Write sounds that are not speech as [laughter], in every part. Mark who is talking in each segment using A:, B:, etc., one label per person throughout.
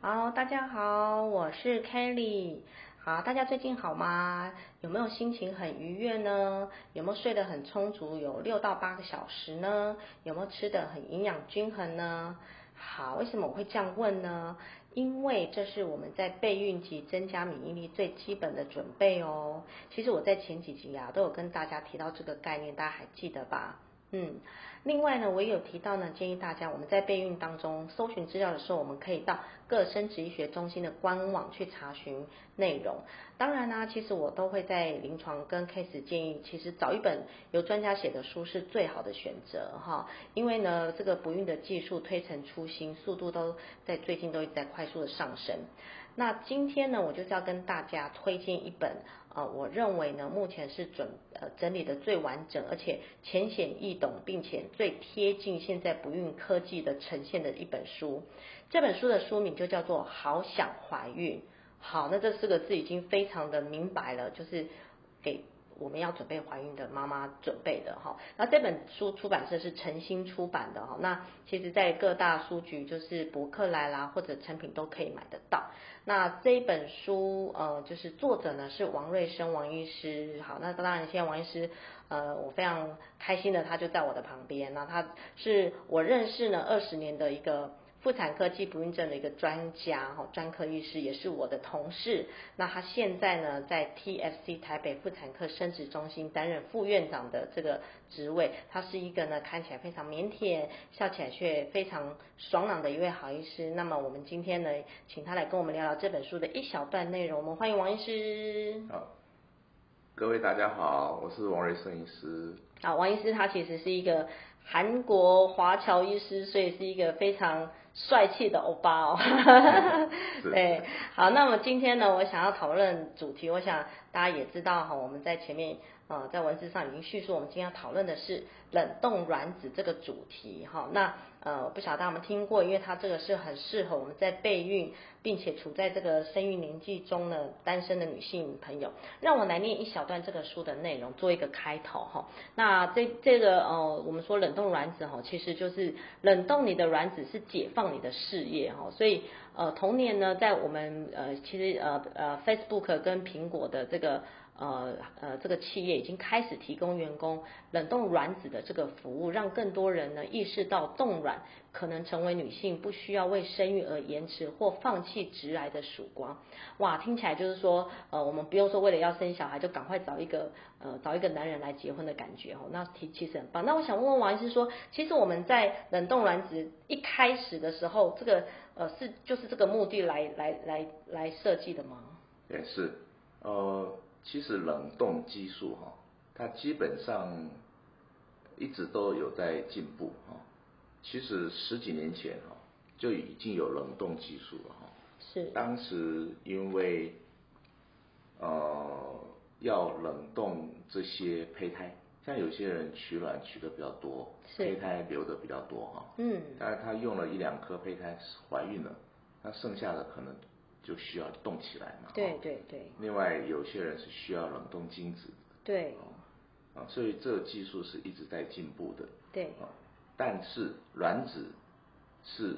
A: 好，大家好，我是 Kelly。好，大家最近好吗？有没有心情很愉悦呢？有没有睡得很充足，有六到八个小时呢？有没有吃得很营养均衡呢？好，为什么我会这样问呢？因为这是我们在备孕期增加免疫力最基本的准备哦。其实我在前几集啊都有跟大家提到这个概念，大家还记得吧？嗯，另外呢，我也有提到呢，建议大家我们在备孕当中搜寻资料的时候，我们可以到各生殖医学中心的官网去查询内容。当然啦、啊其实我都会在临床跟 case 建议，其实找一本由专家写的书是最好的选择哈，因为呢，这个不孕的技术推陈出新，速度都在最近都一直在快速的上升。那今天呢，我就是要跟大家推荐一本，呃，我认为呢，目前是准呃整理的最完整，而且浅显易懂，并且最贴近现在不孕科技的呈现的一本书。这本书的书名就叫做《好想怀孕》。好，那这四个字已经非常的明白了，就是给我们要准备怀孕的妈妈准备的哈。然后这本书出版社是诚心出版的哈，那其实在各大书局就是博客来啦或者成品都可以买得到。那这一本书呃，就是作者呢是王瑞生王医师。好，那当然现在王医师呃，我非常开心的，他就在我的旁边。那他是我认识呢二十年的一个妇产科及不孕症的一个专家哈，专科医师也是我的同事。那他现在呢，在 TFC 台北妇产科生殖中心担任副院长的这个职位。他是一个呢看起来非常腼腆，笑起来却非常爽朗的一位好医师。那么我们今天呢，请他来跟我们聊聊这本书的一小段内容。我们欢迎王医师。
B: 各位大家好，我是王瑞摄影师。
A: 啊，王医师他其实是一个韩国华侨医师，所以是一个非常帅气的欧巴哦。[laughs]
B: 是
A: 对，好，那么今天呢，我想要讨论主题，我想大家也知道哈，我们在前面呃在文字上已经叙述，我们今天要讨论的是冷冻卵子这个主题哈。那呃，不晓得大家有没有听过，因为它这个是很适合我们在备孕并且处在这个生育年纪中的单身的女性朋友。让我来念一小段这个书的内容，做一个开头哈。那这这个呃，我们说冷冻卵子哈，其实就是冷冻你的卵子是解放你的事业哈。所以呃，同年呢，在我们呃，其实呃呃，Facebook 跟苹果的这个呃呃这个企业已经开始提供员工冷冻卵子的这个服务，让更多人呢意识到冻卵可能成为女性不需要为生育而延迟或放弃直来的曙光。哇，听起来就是说，呃，我们不用说为了要生小孩就赶快找一个呃找一个男人来结婚的感觉哦，那其其实很棒。那我想问问王医师说，其实我们在冷冻卵子一开始的时候，这个呃是就是这个目的来来来来设计的吗？
B: 也是，呃，其实冷冻技术哈、它基本上一直都有在进步哈、其实十几年前哈、就已经有冷冻技术了哈、
A: 是
B: 当时因为呃要冷冻这些胚胎，像有些人取卵取的比较多，
A: 是
B: 胚胎留的比较多哈、
A: 嗯
B: 但是她用了一两颗胚胎怀孕了，那剩下的可能就需要冻起来嘛。
A: 对对对
B: 另外，有些人是需要冷冻精子
A: 对
B: 啊，所以这个技术是一直在进步的。
A: 对，
B: 但是卵子是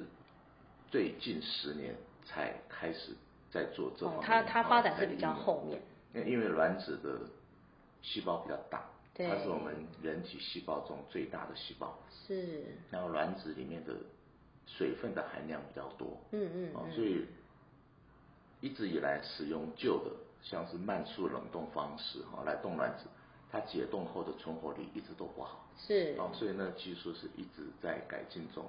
B: 最近十年才开始在做这方
A: 哦
B: 面、，
A: 它它
B: 啊
A: 发展是比较，后面，
B: 在应用因为卵子的细胞比较大，
A: 对
B: 它是我们人体细胞中最大的细胞，
A: 是，
B: 然后卵子里面的水分的含量比较多，
A: 嗯嗯
B: 哦，所
A: 嗯，
B: 以一直以来使用旧的，像是慢速冷冻方式哈、来冻卵子，它解冻后的存活率一直都不好，
A: 是
B: 哦，所以那技术是一直在改进中，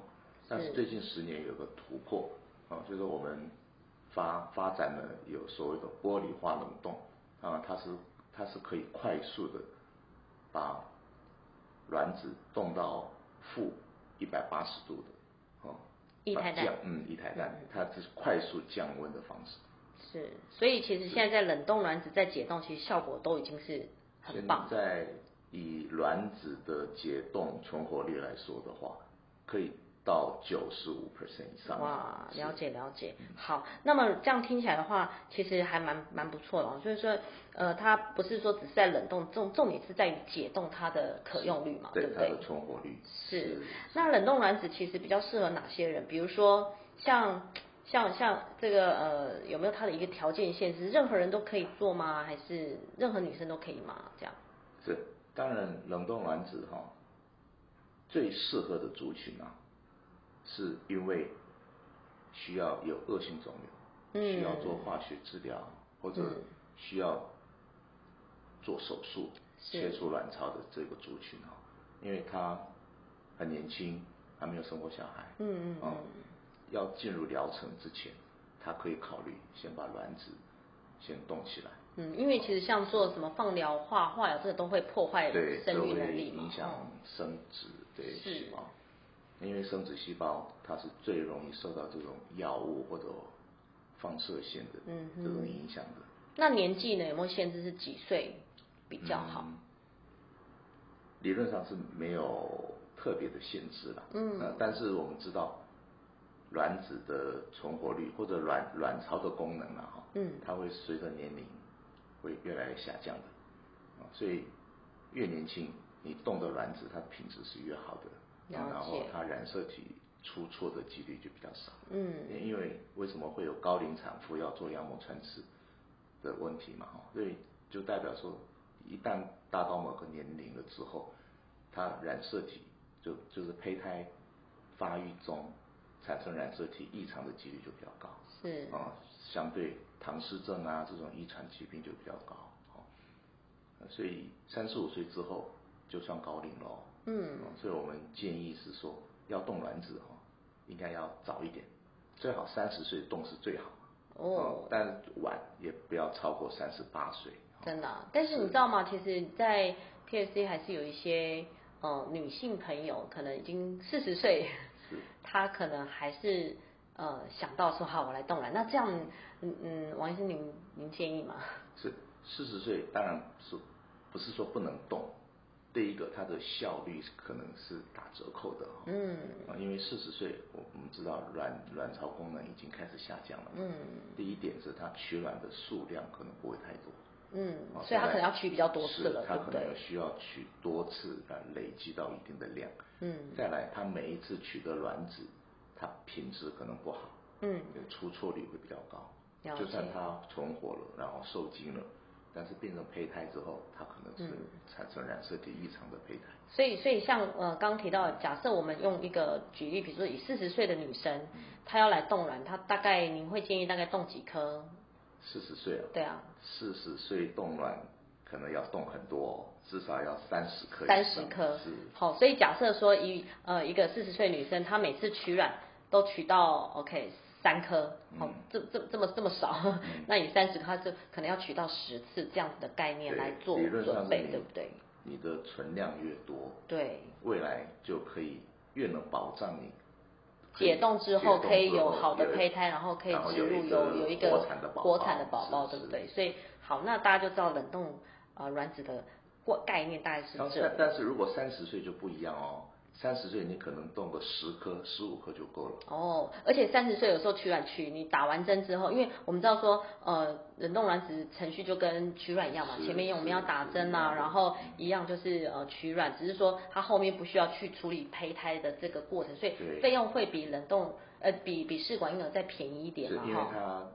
B: 但
A: 是
B: 是最近十年有个突破，啊、就是我们发发展了有所谓的玻璃化冷冻，啊、它是它是可以快速的把卵子冻到负一百八十度的，哦、
A: 一胎
B: 把
A: 蛋
B: 降，嗯，一台蛋，它这是快速降温的方式。
A: 是，所以其实现在在冷冻卵子在解冻，其实效果都已经是很
B: 现
A: 棒，
B: 在以卵子的解冻存活率来说的话，可以到九十五 percent 以上。
A: 哇，
B: 是
A: 了解了解。好，那么这样听起来的话，其实还蛮蛮不错的、哦。就是说，呃，它不是说只是在冷冻，重重点是在于解冻它的可用率嘛，
B: 对
A: 不
B: 它
A: 对
B: 的？存活率
A: 是那冷冻卵子其实比较适合哪些人？比如说像像像这个呃，有没有它的一个条件限制？任何人都可以做吗？还是任何女生都可以吗？这样？
B: 是，当然冷冻卵子哈、最适合的族群啊，是因为需要有恶性肿瘤，
A: 嗯
B: 需要做化学治疗或者
A: 嗯
B: 需要做手术
A: 是
B: 切除卵巢的这个族群哈、因为他很年轻，还没有生过小孩，
A: 嗯嗯
B: 哦
A: 嗯，
B: 要进入疗程之前，他可以考虑先把卵子先冻起来。
A: 嗯，因为其实像做什么放疗、化化疗，这个都会破坏
B: 对，这
A: 生育
B: 会
A: 能力嘛。
B: 影响
A: 哦
B: 生殖对
A: 是
B: 细胞，因为生殖细胞它是最容易受到这种药物或者放射线的
A: 嗯哼
B: 这种影响的。
A: 那年纪呢？有没有限制是几岁比较好？
B: 嗯理论上是没有特别的限制了，
A: 嗯
B: 呃但是我们知道卵子的存活率或者卵卵巢的功能啊，哈，
A: 嗯
B: 它会随着年龄会越来越下降的，啊、所以越年轻你冻的卵子它品质是越好的，啊
A: 了解
B: 然后它染色体出错的几率就比较少，
A: 嗯
B: 因因为为什么会有高龄产妇要做羊膜穿刺的问题嘛？哈，所以就代表说，一旦达到某个年龄了之后，它染色体就就是胚胎发育中产生染色体异常的几率就比较高。
A: 是
B: 啊、相对唐氏症啊这种遗传疾病就比较高。哦，呃所以三十五岁之后就算高龄了哦。
A: 嗯
B: 哦所以我们建议是说，要冻卵子哈、哦，应该要早一点，最好三十岁冻是最好。
A: 哦，
B: 但晚也不要超过三十八岁。哦
A: 真的啊、但是你知道吗？其实，在 PSC 还是有一些呃女性朋友，可能已经四十岁，
B: 是
A: [laughs] 她可能还是呃想到说，好，我来冻卵。那这样，嗯嗯，王医生您您建议吗？
B: 是四十岁，当然是不是说不能动？第一个，它的效率可能是打折扣的哈、
A: 嗯
B: 啊，因为四十岁，我我们知道卵卵巢功能已经开始下降了。
A: 嗯
B: 第一点是它取卵的数量可能不会太多，
A: 嗯
B: 啊，
A: 所以她可
B: 再来
A: 能要取比较多次
B: 是
A: 了，
B: 它
A: 对不
B: 可能
A: 对
B: 要？需要取多次，啊，累积到一定的量。
A: 嗯
B: 再来，它每一次取的卵子，它品质可能不好，
A: 嗯，
B: 出错率会比较高。
A: 了
B: 就算
A: 解。
B: 它存活了，然后受精了，但是变成胚胎之后，它可能
A: 嗯
B: 是产生染色体异常的胚胎。
A: 所以，所以像呃刚提到，假设我们用一个举例，比如说以四十岁的女生，
B: 嗯
A: 她要来冻卵，她大概您会建议大概冻几颗？
B: 四十岁了，
A: 对啊，
B: 四十岁冻卵可能要冻很多、哦，至少要三十颗以上。
A: 三十颗
B: 是。
A: 好，所以假设说一呃一个四十岁女生，她每次取卵都取到 OK 三颗，好
B: 嗯，
A: 这这这么这么少，那以三十颗，她就可能要取到十次这样子的概念
B: 对
A: 来做
B: 理论上
A: 准
B: 是
A: 备，
B: 你
A: 对不对？
B: 你的存量越多，
A: 对，
B: 未来就可以越能保障你可以
A: 解冻之后
B: 解冻
A: 可以
B: 之
A: 有
B: 后
A: 好的
B: 有
A: 胚胎，然后可以
B: 然后
A: 植入
B: 有一
A: 有
B: 个
A: 有一个
B: 活产的宝宝
A: 活产的宝宝，
B: 是
A: 对不
B: 是
A: 对？所以好，那大家就知道冷冻呃卵子的过概念大概是
B: 但
A: 这
B: 但
A: 样。
B: 但是如果三十岁就不一样哦，三十岁你可能动个十颗、十五颗就够了。
A: 哦，而且三十岁有时候取卵取，你打完针之后，因为我们知道说，呃，冷冻卵子程序就跟取卵一样嘛，
B: 是
A: 前面我们要
B: 是
A: 打
B: 是
A: 针
B: 一
A: 啊，
B: 样的
A: 然后一样就是呃取卵，只是说它后面不需要去处理胚胎的这个过程，所以
B: 对
A: 费用会比冷冻呃比比试管婴儿再便宜一点
B: 是
A: 嘛，
B: 因为
A: 哈。
B: 它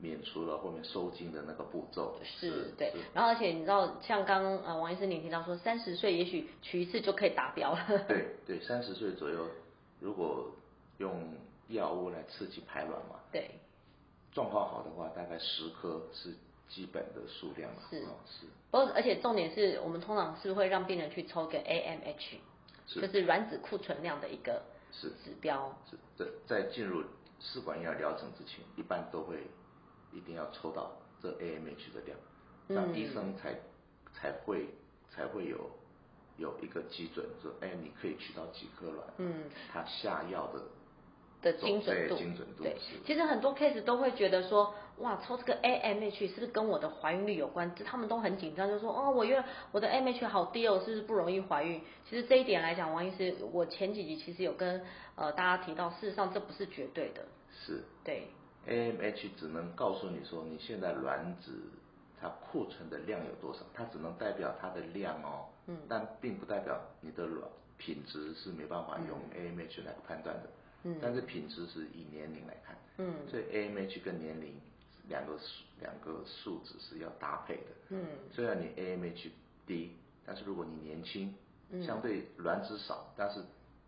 B: 免除了后面收精的那个步骤。
A: 是对，然后而且你知道，像刚刚呃王医生您提到说，三十岁也许取一次就可以达标了。
B: [laughs] 对对，三十岁左右，如果用药物来刺激排卵嘛，
A: 对，
B: 状况好的话，大概十颗是基本的数量嘛。
A: 是
B: 哦是
A: 不过而且重点是我们通常是会让病人去抽个 AMH，
B: 是
A: 就是卵子库存量的一个
B: 是
A: 指标。
B: 是，在在进入试管婴儿疗程之前，一般都会一定要抽到这 AMH 的量，
A: 嗯
B: 这样医生才、才会才会有有一个基准，说哎，你可以取到几颗卵，
A: 嗯，
B: 他下药的
A: 的
B: 总
A: 精准
B: 对
A: 度，
B: 精准度
A: 对
B: 是，
A: 其实很多 case 都会觉得说，哇，抽这个 AMH 是不是跟我的怀孕率有关？就他们都很紧张，就说，哦，我原我的 AMH 好低哦，我是不是不容易怀孕？其实这一点来讲，王医师，我前几集其实有跟呃大家提到，事实上这不是绝对的，
B: 是
A: 对，
B: AMH 只能告诉你说你现在卵子它库存的量有多少，它只能代表它的量哦，
A: 嗯，
B: 但并不代表你的卵品质是没办法用 AMH 来判断的。
A: 嗯
B: 但是品质是以年龄来看，
A: 嗯
B: 所以 AMH 跟年龄两个数两个数值是要搭配的。
A: 嗯
B: 虽然你 AMH 低，但是如果你年轻，
A: 嗯
B: 相对卵子少，但是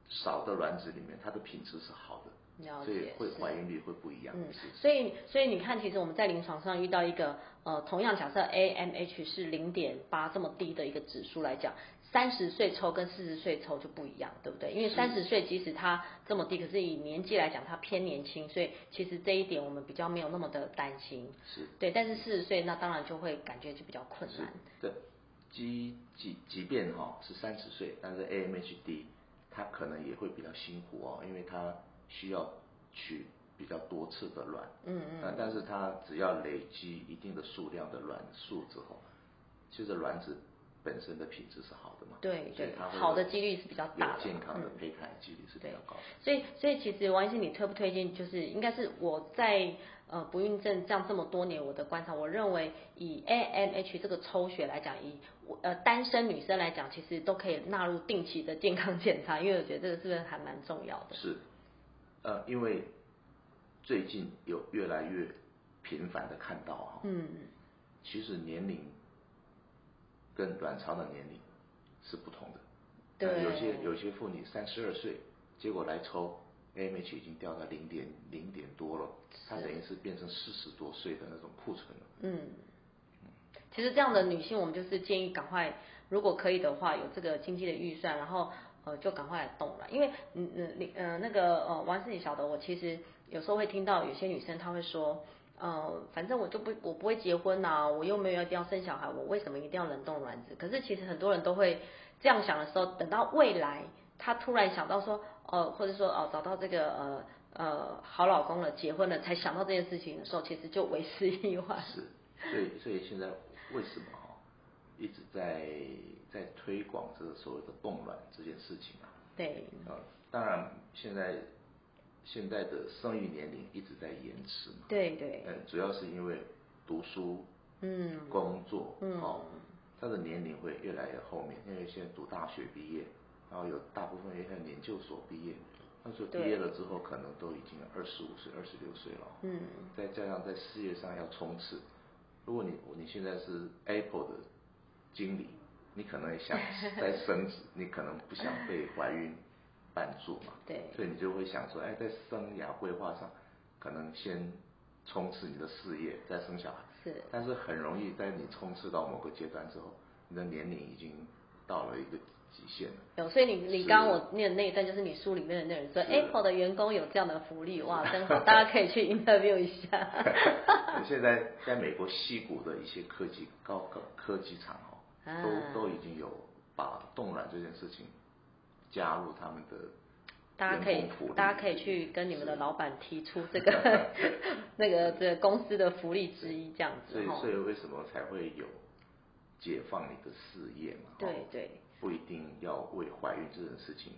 B: 少的卵子里面它的品质是
A: 了
B: 好的，所以
A: 解
B: 会
A: 是
B: 怀孕率会不一样。
A: 嗯
B: 是，
A: 所以所以你看，其实我们在临床上遇到一个呃，同样假设 AMH 是零点八这么低的一个指数来讲，三十岁抽跟四十岁抽就不一样，对不对？因为
B: 是
A: 三十岁即使它这么低，可是以年纪来讲，它偏年轻，所以其实这一点我们比较没有那么的担心。
B: 是
A: 对，但是四十岁那当然就会感觉就比较困难。
B: 对，即即即便哈、是三十岁，但是 AMH 低，他可能也会比较辛苦哦，因为他需要取比较多次的卵，
A: 嗯
B: 那
A: 嗯，
B: 但是他只要累积一定的数量的卵数之后，其实卵子本身的品质是好的嘛，
A: 对
B: 所以
A: 对
B: 它会
A: 好
B: 有
A: 的几率是比较大的
B: 有健康的
A: 嗯
B: 胚胎几率是比较高的。
A: 所以，所以其实王医生，你推不推荐？就是应该是我在呃不孕症这样这么多年我的观察，我认为以 AMH 这个抽血来讲，以我呃单身女生来讲，其实都可以纳入定期的健康检查，因为我觉得这个是不是还蛮重要的？
B: 是，呃，因为最近有越来越频繁的看到哈、
A: 嗯，
B: 其实年龄跟卵巢的年龄是不同的。
A: 对
B: 那有些有些妇女三十二岁，结果来抽 AMH 已经掉到零点零点多了，她
A: 是
B: 等于是变成四十多岁的那种库存了。
A: 嗯，其实这样的女性，我们就是建议赶快，如果可以的话，有这个经济的预算，然后呃就赶快来动了，因为嗯嗯你呃那个呃王思你晓得，我其实有时候会听到有些女生她会说。呃，反正我就不，我不会结婚呐、啊我又没有一定要生小孩，我为什么一定要冷冻卵子？可是其实很多人都会这样想的时候，等到未来她突然想到说，呃，或者说哦、找到这个呃呃好老公了，结婚了，才想到这件事情的时候，其实就为时已晚。
B: 是，所以所以现在为什么哈、一直在在推广这个所谓的冻卵这件事情啊？
A: 对，
B: 呃，当然现在现在的生育年龄一直在延迟嘛，
A: 对对，
B: 呃，主要是因为读书、
A: 嗯
B: 工作，
A: 嗯
B: 哦，他的年龄会越来越后面，因为现在读大学毕业，然后有大部分也有研究所毕业，那就毕
A: 对
B: 业了之后可能都已经二十五岁、二十六岁了，哦
A: 嗯，
B: 再加上在事业上要冲刺，如果你你现在是 Apple 的经理，你可能
A: [laughs]
B: 也想再升职，你可能不想被怀孕绊住嘛，
A: 对
B: 所以你就会想说，哎，在生涯规划上，可能先冲刺你的事业，再生小孩，
A: 是
B: 但是很容易在你冲刺到某个阶段之后，你的年龄已经到了一个极限
A: [laughs]
B: 了。
A: 有。所以你你
B: 是
A: 刚刚我念的那一段就是你书里面的内容，说
B: 是
A: Apple 的员工有这样的福利，哇，真好，大家可
B: [laughs]
A: 以去 interview 一下。
B: 现在在美国西谷的一些科技高科科技厂
A: 啊
B: 哦，都都已经有把冻卵这件事情加入他们的
A: 大家可以
B: 员工福利，
A: 大家可以去跟你们的老板提出这个
B: [laughs]
A: 那个这个公司的福利之一，这样
B: 所
A: 子
B: 以
A: 哈
B: 所。以为什么才会有解放你的事业嘛？齁
A: 对，对，
B: 不一定要为怀孕这件事情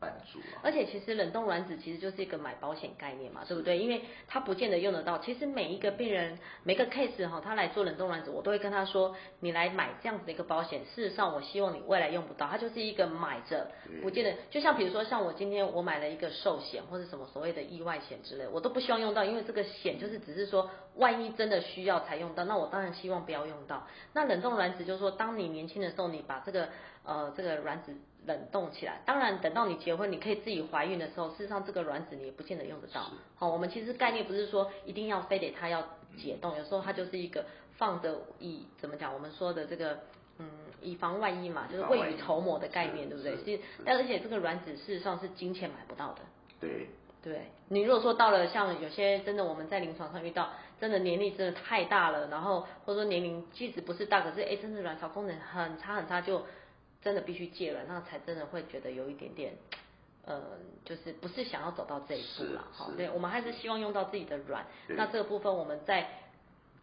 B: 绊住啊。
A: 而且其实冷冻卵子其实就是一个买保险概念嘛，对不对？因为它不见得用得到。其实每一个病人每个 case 哈、他来做冷冻卵子，我都会跟他说，你来买这样子的一个保险，事实上我希望你未来用不到，它就是一个买着，不
B: 嗯
A: 见得。就像比如说像我今天我买了一个寿险或者什么所谓的意外险之类，我都不希望用到，因为这个险就是只是说万一真的需要才用到，那我当然希望不要用到。那冷冻卵子就是说，当你年轻的时候，你把这个呃这个卵子冷冻起来。当然，等到你结婚，你可以自己怀孕的时候，事实上这个卵子你也不见得用得到
B: 是。
A: 好、我们其实概念不是说一定要非得它要解冻，有时候它就是一个放着以怎么讲，我们说的这个。嗯，以防万一嘛，就是未雨绸缪的概念，对不对？
B: 是
A: 其实
B: 是，
A: 但而且这个卵子事实上是金钱买不到的。
B: 对，
A: 对你如果说到了像有些真的我们在临床上遇到，真的年龄真的太大了，然后或者说年龄即使不是大，可是哎真的卵巢功能很差很差，就真的必须戒卵，那才真的会觉得有一点点，呃，就是不是想要走到这一步了
B: 是
A: 哈。
B: 是
A: 对我们还是希望用到自己的卵，
B: 对
A: 那这个部分我们在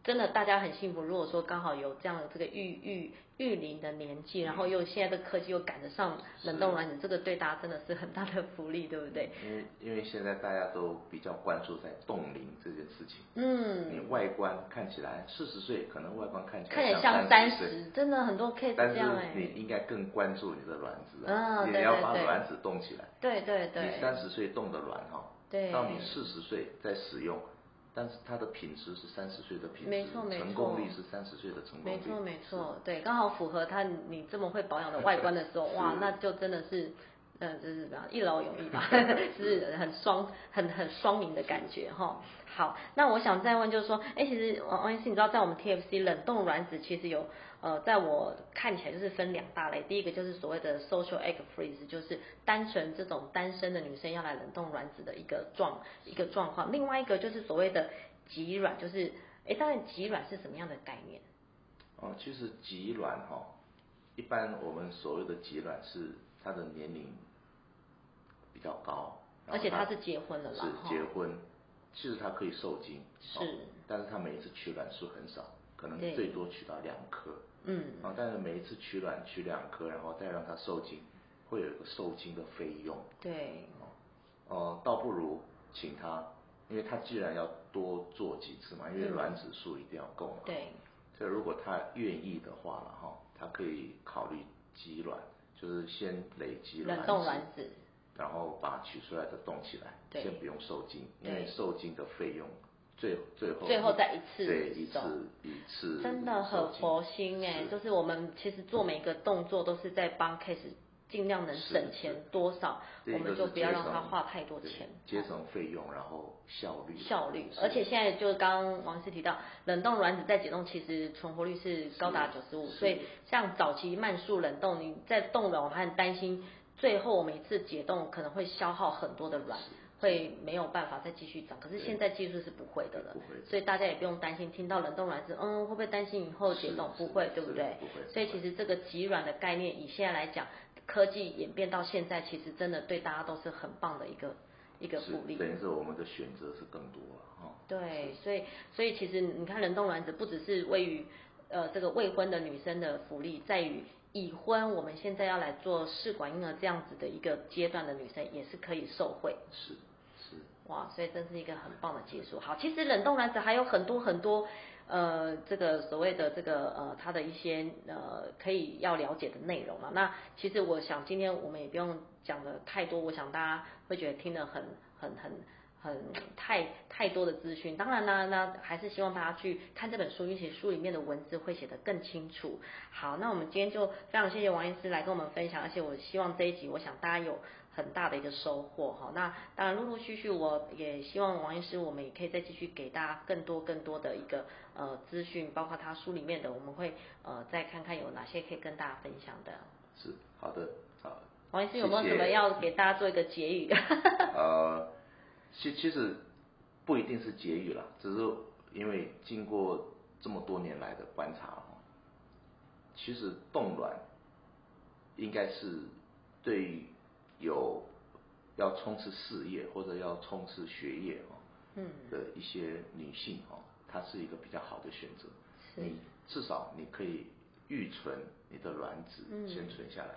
A: 真的大家很幸福。如果说刚好有这样的这个育育育龄的年纪，然后又现在的科技又赶得上冷冻卵子，这个对大家真的是很大的福利，对不对？
B: 因为因为现在大家都比较关注在冻龄这件事情，你
A: 嗯，
B: 外观看起来四十岁，可能外观看起来
A: 看起来像
B: 像
A: 三
B: 岁，
A: 十，真的很多 case
B: 但
A: 这
B: 是
A: 样哎、
B: 你应该更关注你的卵子啊，
A: 嗯
B: 你
A: 对
B: 要
A: 对
B: 把
A: 对
B: 卵子冻起来。
A: 对对
B: 你
A: 对，
B: 三十岁冻的卵
A: 嗯
B: 哈，
A: 对
B: 到你四十岁再使用，但是它的品质是三十岁的品质，
A: 没错没错
B: 成功率是三十岁的成功率，
A: 没错没错，对，刚好符合他你这么会保养的外观的
B: [laughs]
A: 时候，哇，那就真的是，呃，就是怎么样一劳永逸
B: [laughs]
A: 吧，就是很双很很双赢的感觉哈。好，那我想再问就是说，哎，其实王王医师，你知道在我们 TFC 冷冻卵子其实有，呃，在我看起来就是分两大类，第一个就是所谓的 social egg freeze，就是单纯这种单身的女生要来冷冻卵子的一个状一个状况，另外一个就是所谓的挤卵，就是，哎，当然挤卵是什么样的概念？
B: 哦，其实挤卵哈、一般我们所谓的挤卵是她的年龄比较高，然
A: 而
B: 后
A: 且
B: 她
A: 他是结婚了啦，
B: 是
A: 哈
B: 结婚，其实她可以受精，哦
A: 是
B: 但是她每一次取卵数很少，可能
A: 对
B: 最多取到两颗，
A: 嗯，
B: 啊、但是每一次取卵取两颗，然后再让她受精，会有一个受精的费用，
A: 对，
B: 哦、倒不如请她，因为她既然要多做几次嘛，因为
A: 嗯
B: 卵子数一定要够嘛，
A: 对，
B: 所以如果他愿意的话了哈，他可以考虑鸡卵，就是先累积
A: 冷
B: 子
A: 冻卵子，
B: 然后把取出来的冻起来，
A: 对
B: 先不用受精，因
A: 对
B: 为受精的费用最最后
A: 最后再一次
B: 对一
A: 走
B: 次一次
A: 真的
B: 受
A: 很
B: 精
A: 佛心哎、
B: 是
A: 就是我们其实做每一个动作都是在帮 case 尽量能
B: 是
A: 省钱多少，
B: 第一
A: 我
B: 个
A: 们
B: 是
A: 就不要
B: 节
A: 让他
B: 省
A: 花太多
B: 对
A: 钱。
B: 节省费用，然后效率
A: 效率，
B: 是
A: 而且现在就是刚刚王师提到，冷冻卵子在解冻其实存活率是高达九十五，
B: 是
A: 所以像早期慢速冷冻，你在冻卵，我还很担心最后我们一次解冻可能会消耗很多的卵
B: 是，
A: 会没有办法再继续长。可是
B: 对
A: 现在技术是不会的了
B: 不，会
A: 所以大家也不用担心听到冷冻卵子，嗯，会不会担心以后解
B: 是
A: 冻？
B: 是
A: 不会，对
B: 是
A: 对？
B: 不会
A: 所以
B: 不
A: 其
B: 会
A: 实这个极软的概念，以现在来讲，科技演变到现在，其实真的对大家都是很棒的一个一个
B: 是
A: 鼓励。哦
B: 等于是我们的选择是更多了哈。
A: 对，所以所以其实你看，冷冻卵子不只是位于呃这个未婚的女生的福利，在于已婚，我们现在要来做试管婴儿这样子的一个阶段的女生也是可以受惠。
B: 是是
A: 哇，所以真是一个很棒的技术。好，其实冷冻卵子还有很多很多，呃，这个所谓的这个呃，它的一些呃可以要了解的内容嘛。那其实我想今天我们也不用讲的太多，我想大家会觉得听得很很很。很太太多的资讯，当然啦，那还是希望大家去看这本书，因为其实书里面的文字会写得更清楚。好，那我们今天就非常谢谢王医师来跟我们分享，而且我希望这一集，我想大家有很大的一个收获哈。那当然，陆陆续续，我也希望王医师，我们也可以再继续给大家更多更多的一个呃资讯，包括他书里面的，我们会呃再看看有哪些可以跟大家分享的。
B: 是好的 [laughs] 好。
A: 王医师有没有
B: 谢
A: 什
B: 谢
A: 么要给大家做一个结语？
B: 呃，其其实不一定是节育啦，只是因为经过这么多年来的观察哦，其实冻卵应该是对于有要冲刺事业或者要冲刺学业哦
A: 嗯，
B: 的一些女性哦，它是一个比较好的选择。
A: 是
B: 你至少你可以预存你的卵子
A: 嗯，
B: 先存下来，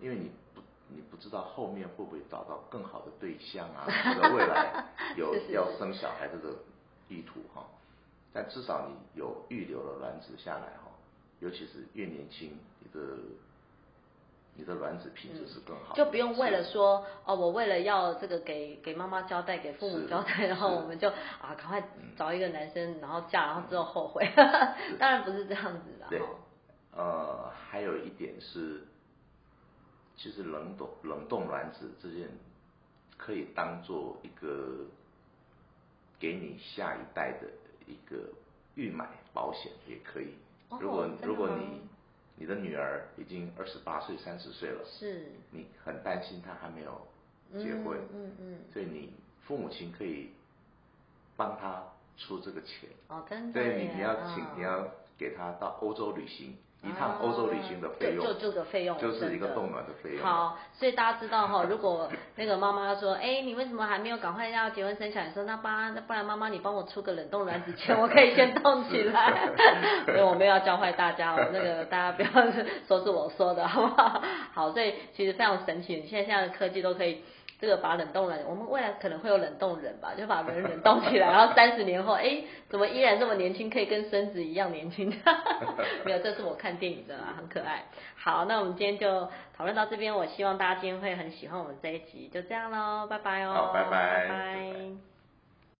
B: 因为你不你不知道后面会不会找到更好的对象
A: [laughs]
B: 啊，或者未来有
A: 是是
B: 要
A: 是
B: 生小孩这个意图哈、但至少你有预留了卵子下来哈、尤其是越年轻，你的你的卵子品质是更好的，
A: 嗯就不用为
B: 是
A: 了说哦，我为了要这个给给妈妈交代，给父母
B: 是
A: 交代，然后
B: 是嗯
A: 我们就啊赶快找一个男生，然后嫁，然后之后后悔。 [laughs] 当然不是这样子的
B: 对
A: 哈。
B: 呃，还有一点是，其实冷冻冷冻卵子这件可以当做一个给你下一代的一个预买保险也可以。
A: 哦
B: 如果
A: 真的
B: 如果
A: 吗
B: 你你的女儿已经二十八岁、三十岁了，
A: 是，
B: 你很担心她还没有结
A: 嗯
B: 婚，
A: 嗯嗯，
B: 所以你父母亲可以帮她出这个钱。
A: 哦，真的
B: 对
A: 耶
B: 啊你，你要请，
A: 嗯
B: 你要给他到欧洲旅行，一趟欧洲旅行的费用，
A: 啊对就这个费用
B: 啊就是一个冻卵的费用。
A: 好，所以大家知道哈、如果那个妈妈说，哎，你为什么还没有赶快要结婚生小孩？说那爸，那不然妈妈你帮我出个冷冻卵子钱，我可以
B: [laughs]
A: 先冻起来。所以我没有要教坏大家哦，那个大家不要 [laughs] 说是我说的，好不好？好，所以其实非常神奇，你现在现在的科技都可以。这个把冷冻人，我们未来可能会有冷冻人吧，就把人冷冻起来，然后三十年后，哎，怎么依然这么年轻，可以跟孙子一样年轻？ [laughs] 没有，这是我看电影的啦，很可爱。好，那我们今天就讨论到这边，我希望大家今天会很喜欢我们这一集，就这样喽，拜拜哦，
B: 好拜拜
A: 拜
B: 拜
A: 拜